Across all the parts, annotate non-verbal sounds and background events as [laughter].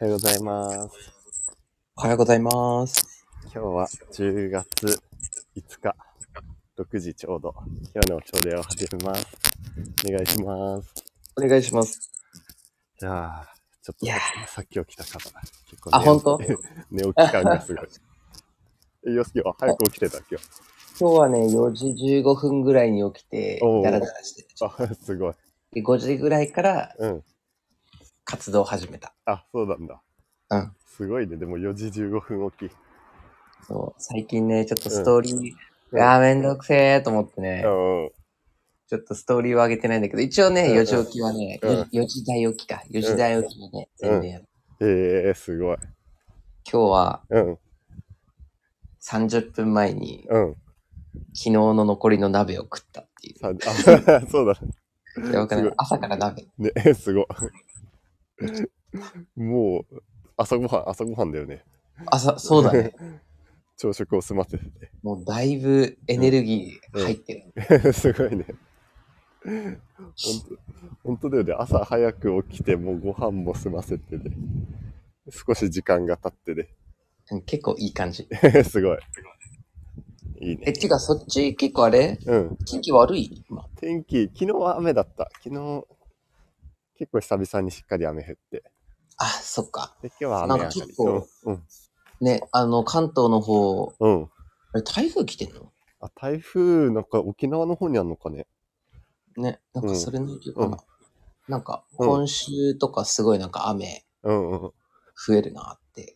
おはようございます。おはようございます。今日は10月5日、6時ちょうど、今日の朝礼を始めます。お願いします。お願いします。じゃあ、ちょっいやとさっき起きたから、結構あ寝起き [laughs] 本寝起き感がすごい。え、よすきは早く起きてた、今日。今日はね、4時15分ぐらいに起きておう、ダラダラして、あ、すごい。で5時ぐらいからうん。活動を始めた。あ、そうなんだ。うん。すごいね。でも4時15分起き。そう、最近ね、ちょっとストーリー、うんあーめんどくせーと思ってね、うんうん。ちょっとストーリーを上げてないんだけど、一応ね、うん4時起きはね、うんよ4時台起きか、4時台起きにね、うん全然やる。ええー、すごい。今日はうん。 30分前に、うん。昨日の残りの鍋を食ったっていう。さあ [laughs] そうだやばくすないごい朝から鍋。ね。 [laughs] ね、すごい。もう、朝ごはん、朝ごはんだよね。朝、そう [laughs] だね。朝食を済ませて [laughs] もうだいぶエネルギー入ってる。て。すごいね。本当本当だよね。朝早く起きて、もうご飯も済ませてで、少し時間が経ってで、うん結構いい感じ。 [laughs] すごい。いいえ、ね。てか、そっち結構あれうん。天気悪い今。天気、昨日は雨だった。昨日、結構久々にしっかり雨降って。あ、そっか。で、今日は雨上がなんかり結。構うん。ね、あの、関東の方、うん。うんあれ台風来てんのあ、台風、なんか沖縄の方にあるのかね。ね、なんうかんそれの影響かな。うんなんか、うん今週とかすごいなんか雨うんうん。増えるなって。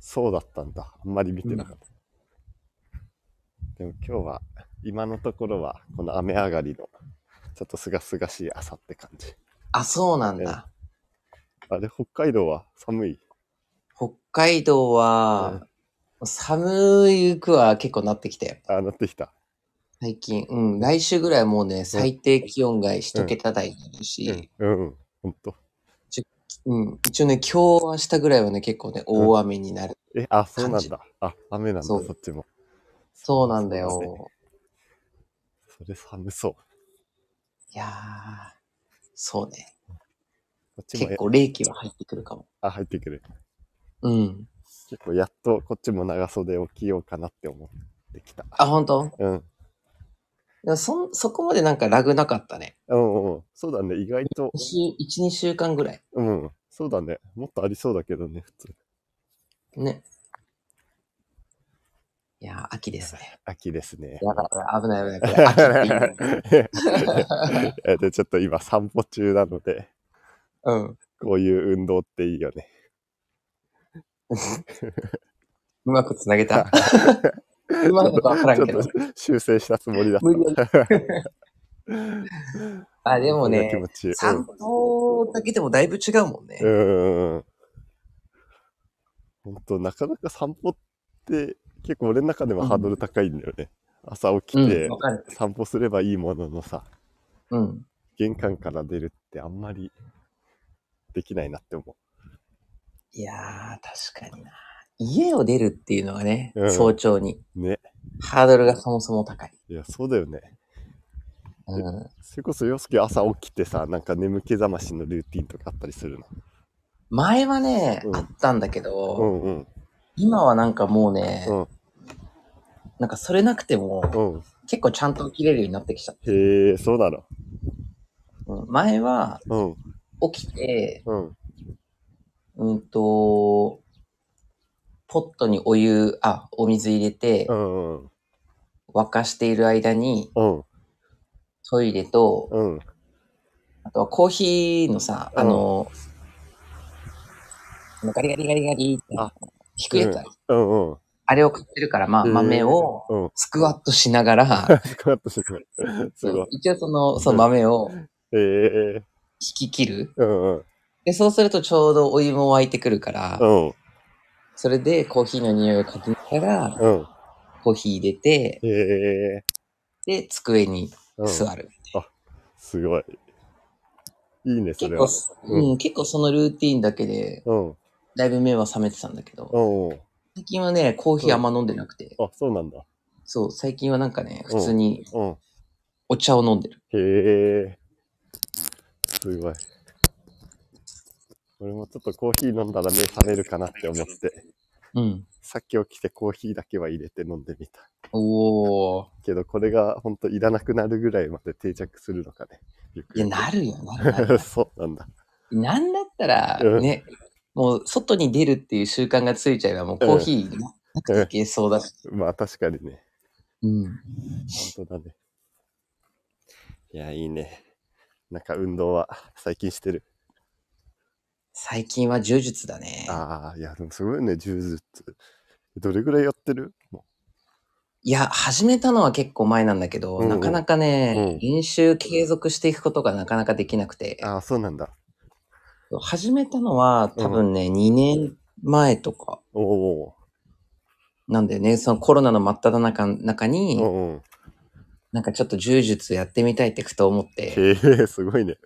そうだったんだ。あんまり見てなかった。でも今日は、今のところは、この雨上がりの、ちょっとすがすがしい朝って感じ。あ、そうなんだ。あれ、北海道は寒い。北海道は、寒いくは結構なってきたよ。あ、なってきた。最近。うん、来週ぐらいもうね、最低気温が一桁台になるし、うんうん。ほんと。うん、一応ね、今日明日ぐらいはね、結構ね、大雨になる。え、あ、そうなん感だ。あ、雨なんだ、そそうっちも。そうなんだそうねよ。それ寒そう。いやー、そうね。こっちも結、構冷気は入ってくるかも。あ、入ってくる。うん。結構、やっとこっちも長袖を着ようかなって思ってきた。あ、本当？うん。でもそん、そこまでなんかラグなかったね。うんうんうん。そうだね。意外と。 1、2週間ぐらい。うん。そうだね。もっとありそうだけどね、普通。ね。いやー、秋ですね。秋ですね。やばい、危ない、危 [laughs] ない。これ秋って言う [laughs] えでちょっと今散歩中なので、の。こういう運動っていいよね。うん。うまくつなげ [laughs] た。うまいことは分からちょっんけどと。修正したつもりだっ無理やり [laughs] た。あ、でも気ね持、ちいい。散歩だけでもだいぶ違うもんねう。んうんうんうん。本当なかなか散歩って結構俺の中でもハードル高いんだよね。朝起うきん、てわかる。散歩すればいいもののさ、うん。玄関から出るってあんまりできないなって思う。いやー、確かにな。家を出るっていうのはね、うん早朝に。ね。ハードルがそもそも高い。いや、そうだよね。うん、それこそ、洋介朝起きてさ、なんか眠気覚ましのルーティンとかあったりするの。前はね、うんあったんだけど、うんうん。今はなんかもうね、うんなんかそれなくても、うん。結構ちゃんと起きれるようになってきちゃっへえ、そうなの。た。うん前はうん起きて、うん。うんと、ポットにお湯、あ、お水入れて、うんうん。沸かしている間に、うんトイレと、うん。あとはコーヒーのさ、あの、ガリガリガリガリってあ、低いやつあるうんうん。あれを買ってるから、まあ、へー豆をうん。スクワットしながら、スクワットしてくれ。 [laughs] すごい。一応その、そう豆をへえ。引き切る。うんうん。で、そうするとちょうどお湯も沸いてくるから、うんそれでコーヒーの匂いを嗅ぎながら、うん。コーヒー入れて、へえ。で、机にうん。座る。すごい。いいね、そ結れは構。す、うんうん、結構そのルーティーンだけで、うん。だいぶ目は覚めてたんだけど、うんうん。最近はね、コーヒーあんま飲んでなくて、あ、そうなんだ。そう、最近はなんかね、うん普通にうん。お茶を飲んでる。へえ。すごい。俺もちょっとコーヒー飲んだら目覚めるかなって思って、うん。さっき起きてコーヒーだけは入れて飲んでみた。おー。けどこれがほんといらなくなるぐらいまで定着するのかね。ゆくいや、ゆなるよ、なるな [laughs] る。くそうなんだ。なんだったらう、んね、もう外に出るっていう習慣がついちゃえば、もうコーヒーななくていけそうだし。まあ確かにね。うん。本当だね。いや、いいね。なんか運動は最近してる。最近は柔術だね。ああ、いや、でもすごいね、柔術。どれぐらいやってるもいや、始めたのは結構前なんだけど、うんうんなかなかね、う練習継続していくことがなかなかできなくてう、ああ、そうなんだ。始めたのは多分ね、2年前とか、おおなんだよね、そのコロナの真っ只中中ー。うに、んうん。なんかちょっと柔術やってみたいってふと思って、へえ、すごいね。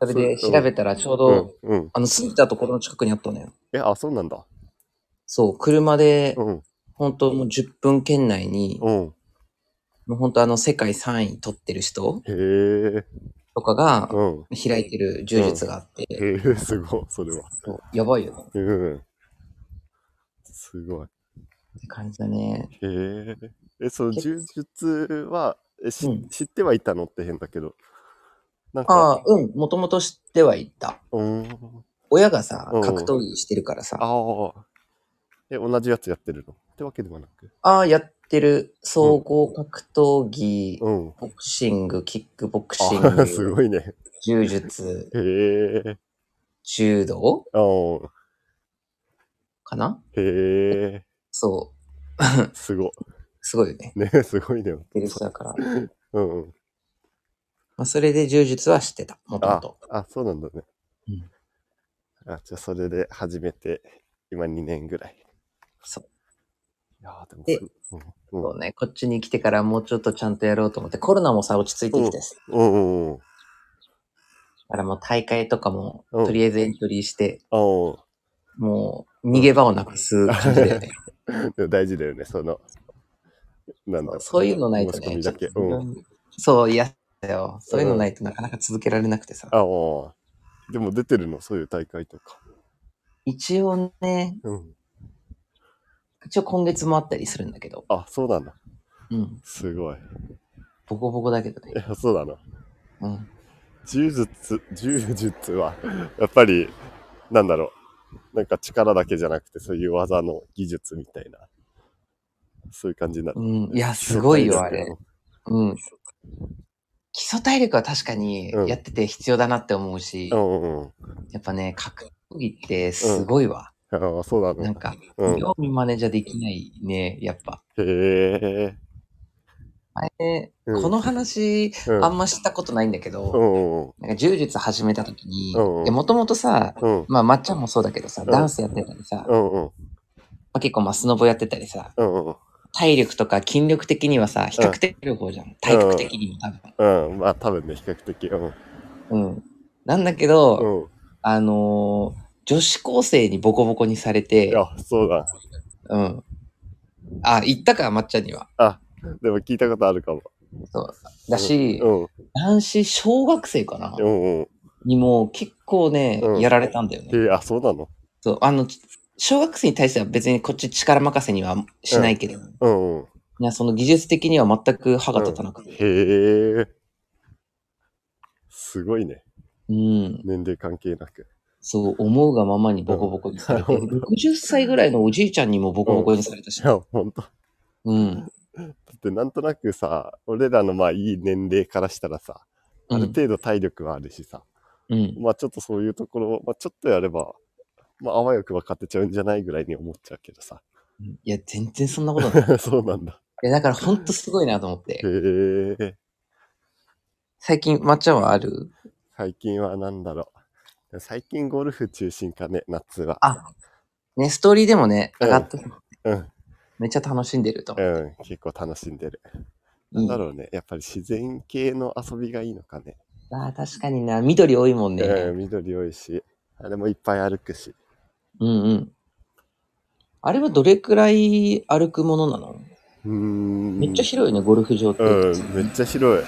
それで調べたらちょううどん。、うん。あの、過ぎたところの近くにあったのよ。え、あ、そうなんだ。そう、車で、うん。本当もう10分圏内に、うん。もう本当あの世界3位取ってる人へえ。とかがうん。開いてる柔術があって、へえ、すごい、それは。そうやばいよねっうん。すごい。て感じだね。へえ。え、その柔術は、えしうん知ってはいたのって変だけど。なんあか、あ、うん、もともと知ってはいた。うん。親がさう、ん格闘技してるからさ、ああ。え、同じやつやってるのってわけではなく。ああ、やってる総合格闘技、うん。ボクシング、キックボクシンあ [laughs] すグ、ごいね。柔術、へえ。柔道ああ。かなへえ。そう、すご。すごいよね。ね、すごいね。やってる人だから。うんうん。まあ、それで柔術は知ってた、もともあと。、あ、そうなんだね。うんあ、じゃあそれで始めて、今2年ぐらい。そう。いやーでも、ですうんそうね、こっちに来てからもうちょっとちゃんとやろうと思って、コロナもさ、落ち着いてきてさ、うんうんうん。だからもう大会とかも、うんとりあえずエントリーして、あーもう逃げ場をなくす感じだ [laughs] よね。でも大事だよね、その、なんだろ [laughs] そういうのないと申し込ね、みちょだっけ。とうん。そう、いやだよ。そういうのないとなかなか続けられなくてさ。ああ。でも出てるの、そういう大会とか。一応ね、うん。一応今月もあったりするんだけど、あ、そうなんだ。うん、すごい。ボコボコだけどいね。や、そうだな。うん、柔術、柔術は、やっぱり、なんだろう。なんか力だけじゃなくて、そういう技の技術みたいな。そういう感じになる。うん、いや、すごいよ、あれ。ううん。基礎体力は確かにうんやってて必要だなって思うし、んうんうん。やっぱね、格闘技ってすごいわ。ああ、そうだなね。んか、うん。興味真似じゃできないね、やっぱ。へえ。前、うんこの話、うんあんましたことないんだけど、うんうんなんか柔術始めた時に、うんもともとさ、うん。まあ、まっちゃんもそうだけどさ、んダンスやってたりさ、まうんうんあ、結構マスノボやってたりさ、うんうん体力とか筋力的にはさ、比較的良好じゃん。体力的にも多うん。うん。まあ、多分ね、比較的。うん。分。うん。なんだけど、うあのー女子高生にボコボコにされん。てい、や、そうだ。うん。あ、言ったか、まっちゃんには。でも聞いたことあるかも。そう。だし、うん。男子小学生かな、うんうん。にも結構ね、うんやられたんだよね。へえ、あ、そうなのそう、あの、小学生に対しては別にこっち力任せにはしないけれど、うんうん。いやその技術的には全く歯が立たなくて。へえ。すごいね。うん。年齢関係なく。そう思うがままにボコボコにされて、60歳ぐ [laughs] らいのおじいちゃんにもボコボコにされたしい、や、ほんと。だうん。ってなんとなくさ、俺らのまあいい年齢からしたらさ、うあるん。程度体力はあるしさ、うん。まあちょっとそういうところ、まあちょっとやれば、まああわよくは勝てちゃうんじゃないぐらいに思っちゃうけどさ。 [laughs] いや、全然そんなことない。いそうなんだ。や、だからほんとすごいなと思っへて。え。最近、まっちゃんはある最近はなんだろう。最近ゴルフ中心かね、夏は。あ、ね、ストーリーでもね、うん上がって、うん。めっちゃ楽しんでると。うん。結構楽しんでる。なんだろうね。やっぱり自然系の遊びがいいのかね。うんあー確かにな、緑多いもんね。うん、緑多いし、あれもいっぱい歩くし。うんうん。あれはどれくらい歩くものなのうーん。めっちゃ広いよね、ゴルフ場って。うん、めっちゃ広い。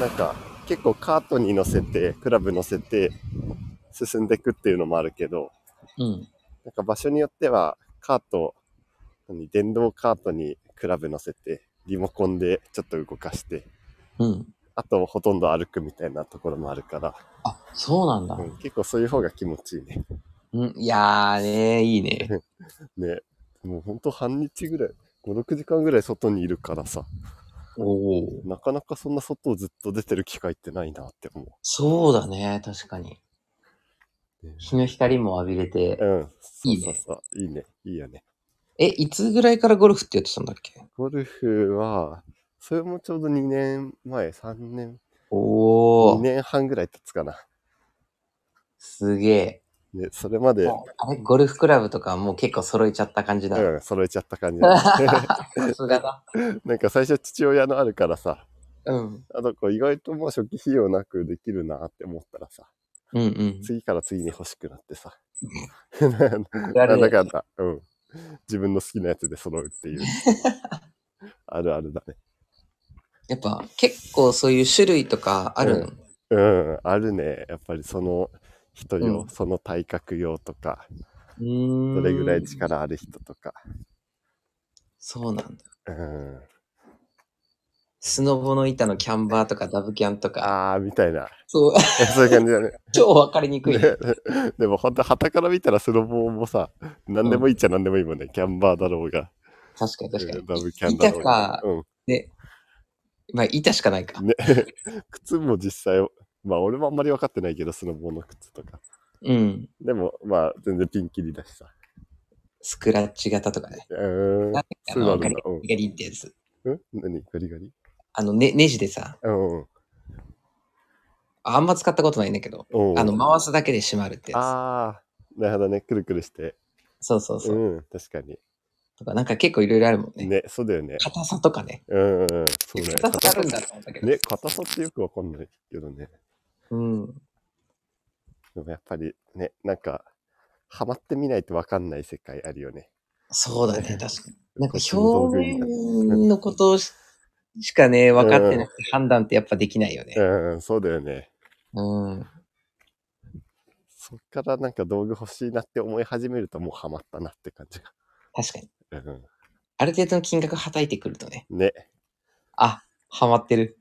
なんか、結構カートに乗せて、クラブ乗せて、進んでいくっていうのもあるけど、うん。なんか場所によっては、カート、何電動カートにクラブ乗せて、リモコンでちょっと動かして、うん。あとほとんど歩くみたいなところもあるから、あ、そうなんだう。ん、結構そういう方が気持ちいいね。うん。いやーね、いいね。ね。もうほんと半日ぐらい、5、6時間ぐらい外にいるからさ、おお。なかなかそんな外をずっと出てる機会ってないなって思そうだね、確かに。う。日の光も浴びれてう。ん。いいねそうそうそう。いいね。いいよね。え、いつぐらいからゴルフってやってたんだっけゴルフは、それもちょうど2年前、3年、お2お。年半ぐらい経つかな。すげえ。ね、それまで、あれ、ゴルフクラブとかもう結構揃えちゃった感じだ。うん、揃えちゃった [laughs] 感じだね [laughs] さすがだ。なんか最初父親のあるからさ、うん。あとこう意外ともう初期費用なくできるなって思ったらさ、うんうん。次から次に欲しくなってさ。[laughs] やなんだるかんだ、うん。自分の好きなやつで揃う [laughs] っていう。あるあるだね。やっぱ結構そういう種類とかあるの、うん、あるね。やっぱりその人用、うんその体格用とか、うーん、どれぐらい力ある人とか。そうなんだ。うん。スノボの板のキャンバーとかダブキャンとか。あー、みたいな。 [laughs] そう、 [laughs] そういう感じだね。超わかりにくいね。ででも本当、旗から見たらスノボーもさ、何でもいいっちゃ何でもいいもんね。キャンバーだろうが、確かに確かうんダブに。キャンだろう板がか。、うん。まあ板しかないか。ね、 [laughs] 靴も実際、まあ俺もあんまり分かってないけど、スノボーの靴とか。うん。でも、まあ全然ピンキリだしさ。スクラッチ型とかね。うーん。あそうなの、んだガリガリガリってやつ。うん何ガリガリあの、ね、ネジでさ、うんうん。あんま使ったことないんだけど、うんあの、回すだけで閉まるってやあーなるほどね。くるくるして。つ。そうそうそうう。ん。確かに。とか、なんか結構いろいろあるもんね。ね、そうだよね。硬さとかね。うんうんうん。そうだよ硬さあるんだと思ったけど。ね、硬さってよくわかんないけどね。うん。でもやっぱりね、なんか、ハマってみないとわかんない世界あるよね。そうだね、確かに。なんこっか表ちの道具みたいな面のことししかね、分かってなくて判断ってやっぱできないよね。うんうん、そうだよね。うん。そっからなんか道具欲しいなって思い始めるともうハマったなって感じが。確かに。うんある程度の金額はたいてくるとね、うん、ね、あ、ハマっ [laughs] てる。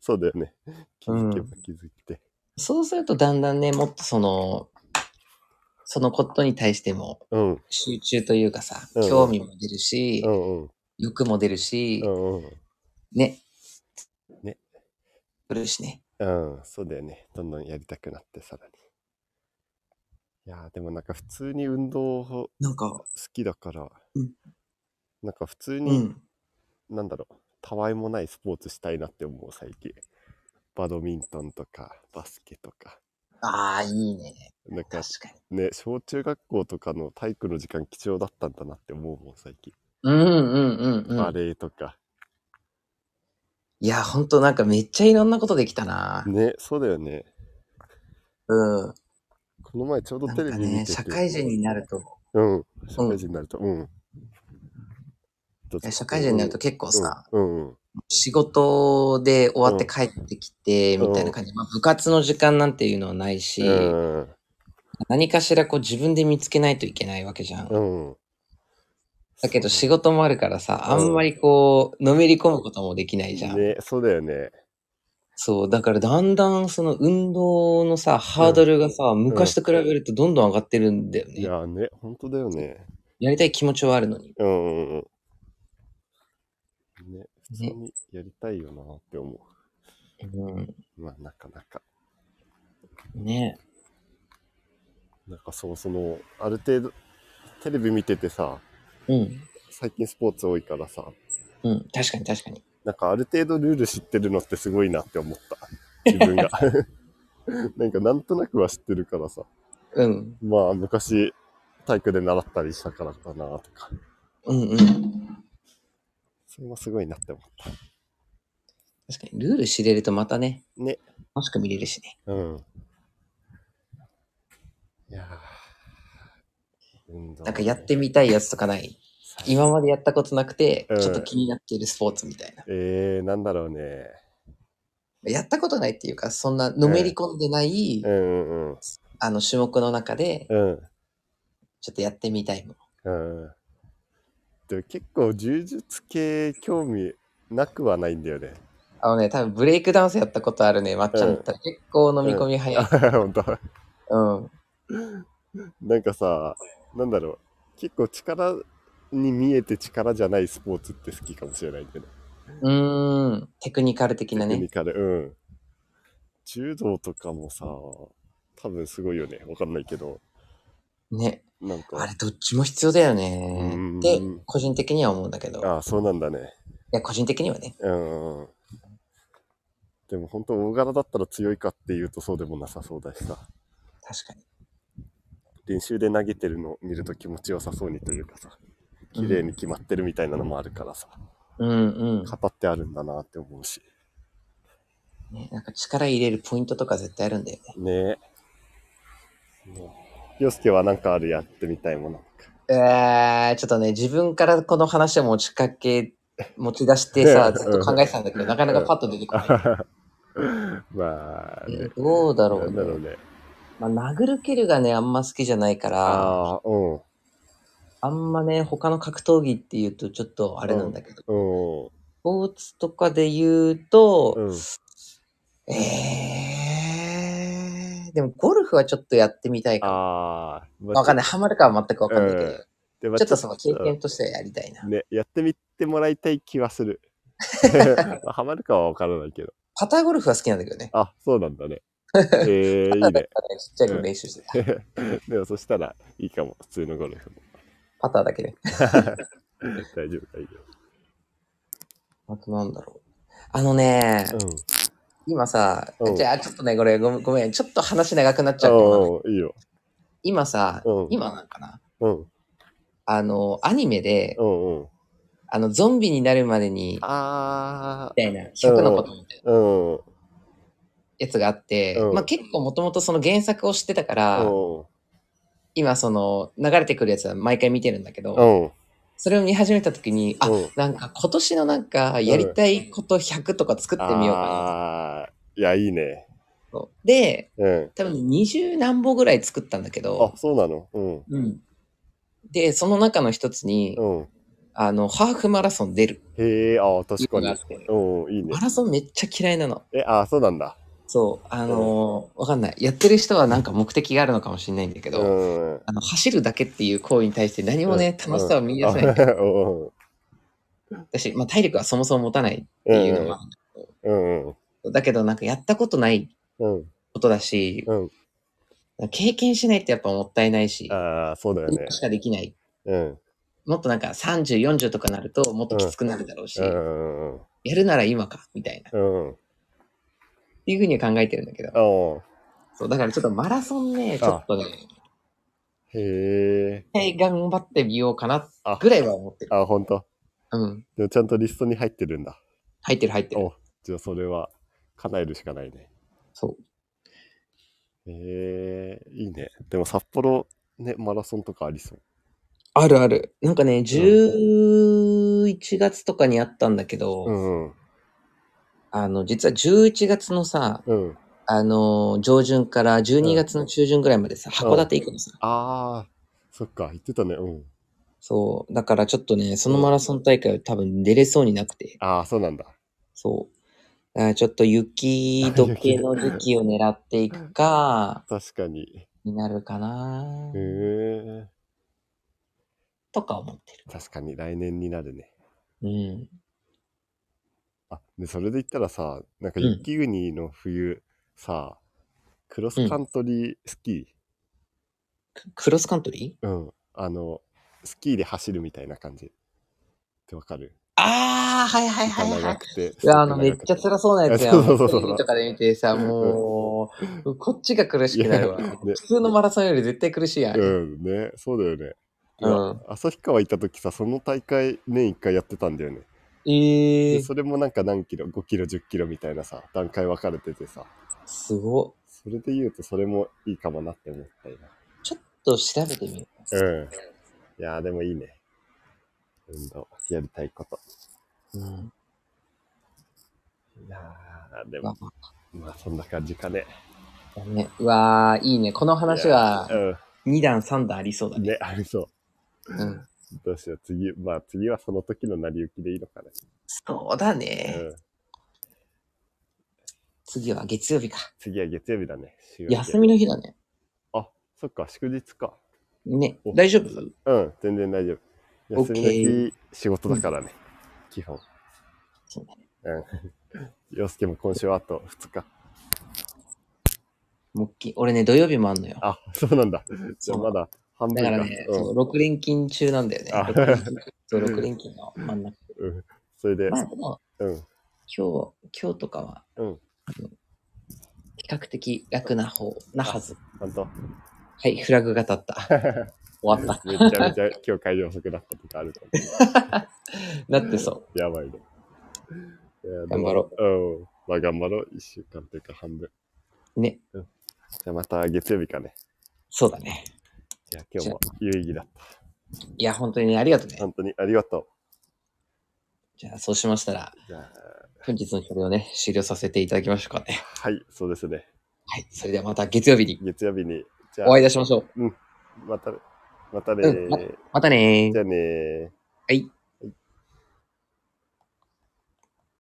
そうだよね。気づけば気づいて。そうするとだんだんね、もっとその、そのことに対してもうん、集中というかさ、うん興味も出るしう、ん、うん、欲も出るしう、ん、うん。ね。ね。来るしね。うん、そうだよね。どんどんやりたくなって、さらに。いやー、でもなんか普通に運動好なんか、きだから、うんなんか普通うに、ん。なんだろう、たわいもないスポーツしたいなって思う、最近。バドミントンとか、バスケとか。ああ、いいね。なんか確かに。ね、小中学校とかの体育の時間貴重だったんだなって思うもん、最近。うんうんうんうん。バレエとか。いや、ほんとなんかめっちゃいろんなことできたな。ね、そうだよね。うん。この前ちょうどなんテレかビ見てて、ね、社会人になると、うん、社会人になると、うん。社会人になると結構さ、うん、うん、仕事で終わって帰ってきて、うんみたいな感じ。まあ部活の時間なんていうのはないし、うん何かしらこう自分で見つけないといけないわけじゃん。うん。だけど仕事もあるからさ、あんまりこう、のめり込むこともできないじゃん。ね、そうだよね。そう、だからだんだんその運動のさ、ハードルがさ、昔と比べるとどんどん上がってるんだよいね。やね、本当だよね。やりたい気持ちはあるのに。うんうんうん。ね、普通にやりたいよなって思うん。う。まあ、なかなか。ねなんかそう、その、ある程度、テレビ見ててさ、うん。最近スポーツ多いからさ、うん。確かに確かに。なんかある程度ルール知ってるのってすごいなって思 [laughs] った。自分が。 [laughs] なんかなんとなくは知ってるからさ。うん。まあ昔体育で習ったりしたからかなとか。うんうん。確それもすごいなって思った。かに。ルール知れるとまたね。ね。楽しく見れるしね。うん。いやー運動なんかやってみたいやつとかない今までやったことなくて、うんちょっと気になっているスポーツみたいな。えー、なんだろうね。やったことないっていうか、そんなのめり込んでないうんうんうん。あの、種目の中で、うん。ちょっとやってみたいもうん。でも結構柔術系興味なくはないんだよね。 [laughs] の。あのね、多分ブレイクダンスやったことあるね、まっちゃんだったら結構飲み込み早い。本当うん。なんかさ、なんだろう。結構力に見えて力じゃないスポーツって好きかもしれないんだよね。うーん。テクニカル的なテクニね。カル。うん。柔道とかもさ、多分すごいよね。わかんないけど。ね。なんか。あれ、どっちも必要だようね。んって、個人的には思うんだけど。いああ、そうなんだね。や、個人的にはね。うん。でも本当大柄だったら強いかっていうとそうでもなさそうだしさ。確かに。練習で投げてるのを見ると気持ちよさそうにというかさ。綺麗に決まってるみたいなのもあるからさ。うんうん。型ってあるんだなって思うし。ね、なんか力入れるポイントとか絶対あるんだよね。ねえ。ねえ洋介はなんかあるやってみたいもの。えー、ちょっとね、自分からこの話を持ちか [laughs] け、持ち出してさ、うんずっと考えてたんだけど、なかなかパッと出てこない。 [laughs] まあ、えね、どうだろなうんだろうね。ね。まあ、殴る蹴るがね、あんま好きじゃないから、あああ、うん。んまね、他の格闘技っていうとちょっとあれなんだけど、うん。スポーツとかで言うと、うん。えー、でもゴルフはちょっとやってみたいかああ、も。わかんない。ハマるかは全くわかんないけど、うんちでょもっとその経験としてはやりたいな。ね、やってみてもらいたい気はす [laughs] る。まあハマるかは分からないけど。パターゴルフは好きなんだけどね。あ、そうなんだ [laughs] ね。ええいいパターねだっ。たらちっちゃい頃練習してた。でもそしたらいいかも、普通のゴルフも。パターだけで。大丈夫、大丈あとなんだろう。あのね、夫。今さう、んじゃあちょっとね、これごめん、ごめん、ちょっと話長くなっちゃうけど、うん。ああ、いいよ。今さうん、今なんかな、うん。あの、アニメで、うんうん。あの、ゾンビになるまでに、みああ、たいな、100のことみたいなうん。うん。やつがあって、うんまあ結構もともとその原作を知ってたから、今その、流れてくるやつは毎回見てるんだけうど、ん。それを見始めた時に、あう、んなんか今年のなんか、やりたいこと100とか作ってみようかああ、いや、いいね。なと。で、うん。多分20何本ぐらい作ったんだけあど、、そうなのうん。うん、でその中の一つに、うん。あのハーフマラソン出るへえ、ああ、確かがあにっ。てうん、いいねマ。ラソンめっちゃ嫌いなのえ、ああ、そうなんだ。そうあのーわかんないやってる人はなんか目的があるのかもしれないんだけうど、ん。あの走るだけっていう行為に対して何もね、うん楽しさを見出せない、あうん [laughs] 私、まあ、体力はそもそも持たないっていうのもある、うんうんだけどなんかやったことないうんことだし、うん経験しないってやっぱもったいないし、ああそうだよね今しかできないうんもっとなんか30、40とかなるともっときつくなるだろうし、うんうんやるなら今か、みたいな。っうんうんていうふうには考えてるんだけど。あそう、だからちょっとマラソンね、ちょっとね、あへえ一回頑張ってみようかな、あぐらいは思ってる。あ本当うん。でもちゃんとリストに入ってるんだ入ってる入ってる。おじゃあそれは叶えるしかないねそう。へえいいねでも札幌ねマラソンとかありそうあるある。なんかね、11月とかにあったんだけど、うんうんあの、実は11月のさ、うんあの、上旬から12月の中旬ぐらいまでさ、函館行くのさ。ああそっか言ってたねうんそう。だからちょっとね、そのマラソン大会は多分出れそうになくて。ああそうなんだそう。あーちょっと雪解けの時期を狙っていくか、確かにになるかなへ、えとか思ってる。確かに来年になるねうん。あ、で、それで言ったらさ、なんか雪国の冬、さ、クロスカントリースキククロスカントリーー、うん、あの、スキーで走るみたいな感じ。ってわかるああ、はいはい板はいは長い。くて。いや、あの、めっちゃ辛そうなやつやん。そうそうそうそうテレビとかで見てさ、もう、こっちが苦しくなるわ。いやね普通のマラソンより絶対苦しいやん。うん、ね、そうだよね。いやうん旭川行った時さ、その大会年一回やってたんだよね。ええで、それもなんか何キロ、5キロ、10キロみたいなさ、段階分かれててさ、すごっ。それで言うとそれもいいかもなって思ったよちょっと調べてみよう。うん。いやー、でもいいね。運動、やりたいこと。うん。いやーでまもあ、まあまあそんな感じかね。だね。うわー、いいね。この話はう2段3段ありそうだん。ね。ね、ありそう。うん。どうしよう。次、まあ次はその時の成り行きでいいのかね。そうだうね。ん。次は月曜日か。次は月曜日だね。週明け休みの日だね。あ、そっか、祝日か。ねお。大丈夫うん、全然大丈夫。オッ休ケみーの日、仕事だからね。基本。そうだね。洋介も今週はあと2日。木金。俺ね、土曜日もあんのよ。あ、そうなんだ。じゃそあうまだ半分だからね、うんそう6連勤中なんだよね。あ6連勤そう6連勤の真 [laughs] ん中。うん。それで、まあでも、うん。今日、今日とかは、うんあの比較的楽な方なはず。本当はい、フラグが [laughs] 立った。終わっめちゃめちゃ今日帰り遅くなったとかあるかも。た。だってそう。やばいね。いや頑張ろう。でもうん。まあ頑張ろう。1週間というか半分。ね、じゃあまた月曜日かね。そうだね。いや、今日も有意義だった。いや、本当にね、ありがとうね。本当にありがとじゃあ、そうしましたらう。、じゃあ、本日の企画をね、終了させていただきましょうかね。はい、そうですね。はい、それではまた月曜日に月曜日に、じゃお会いあ、いたしましょう。また、またねうんまたねじゃあねーはい。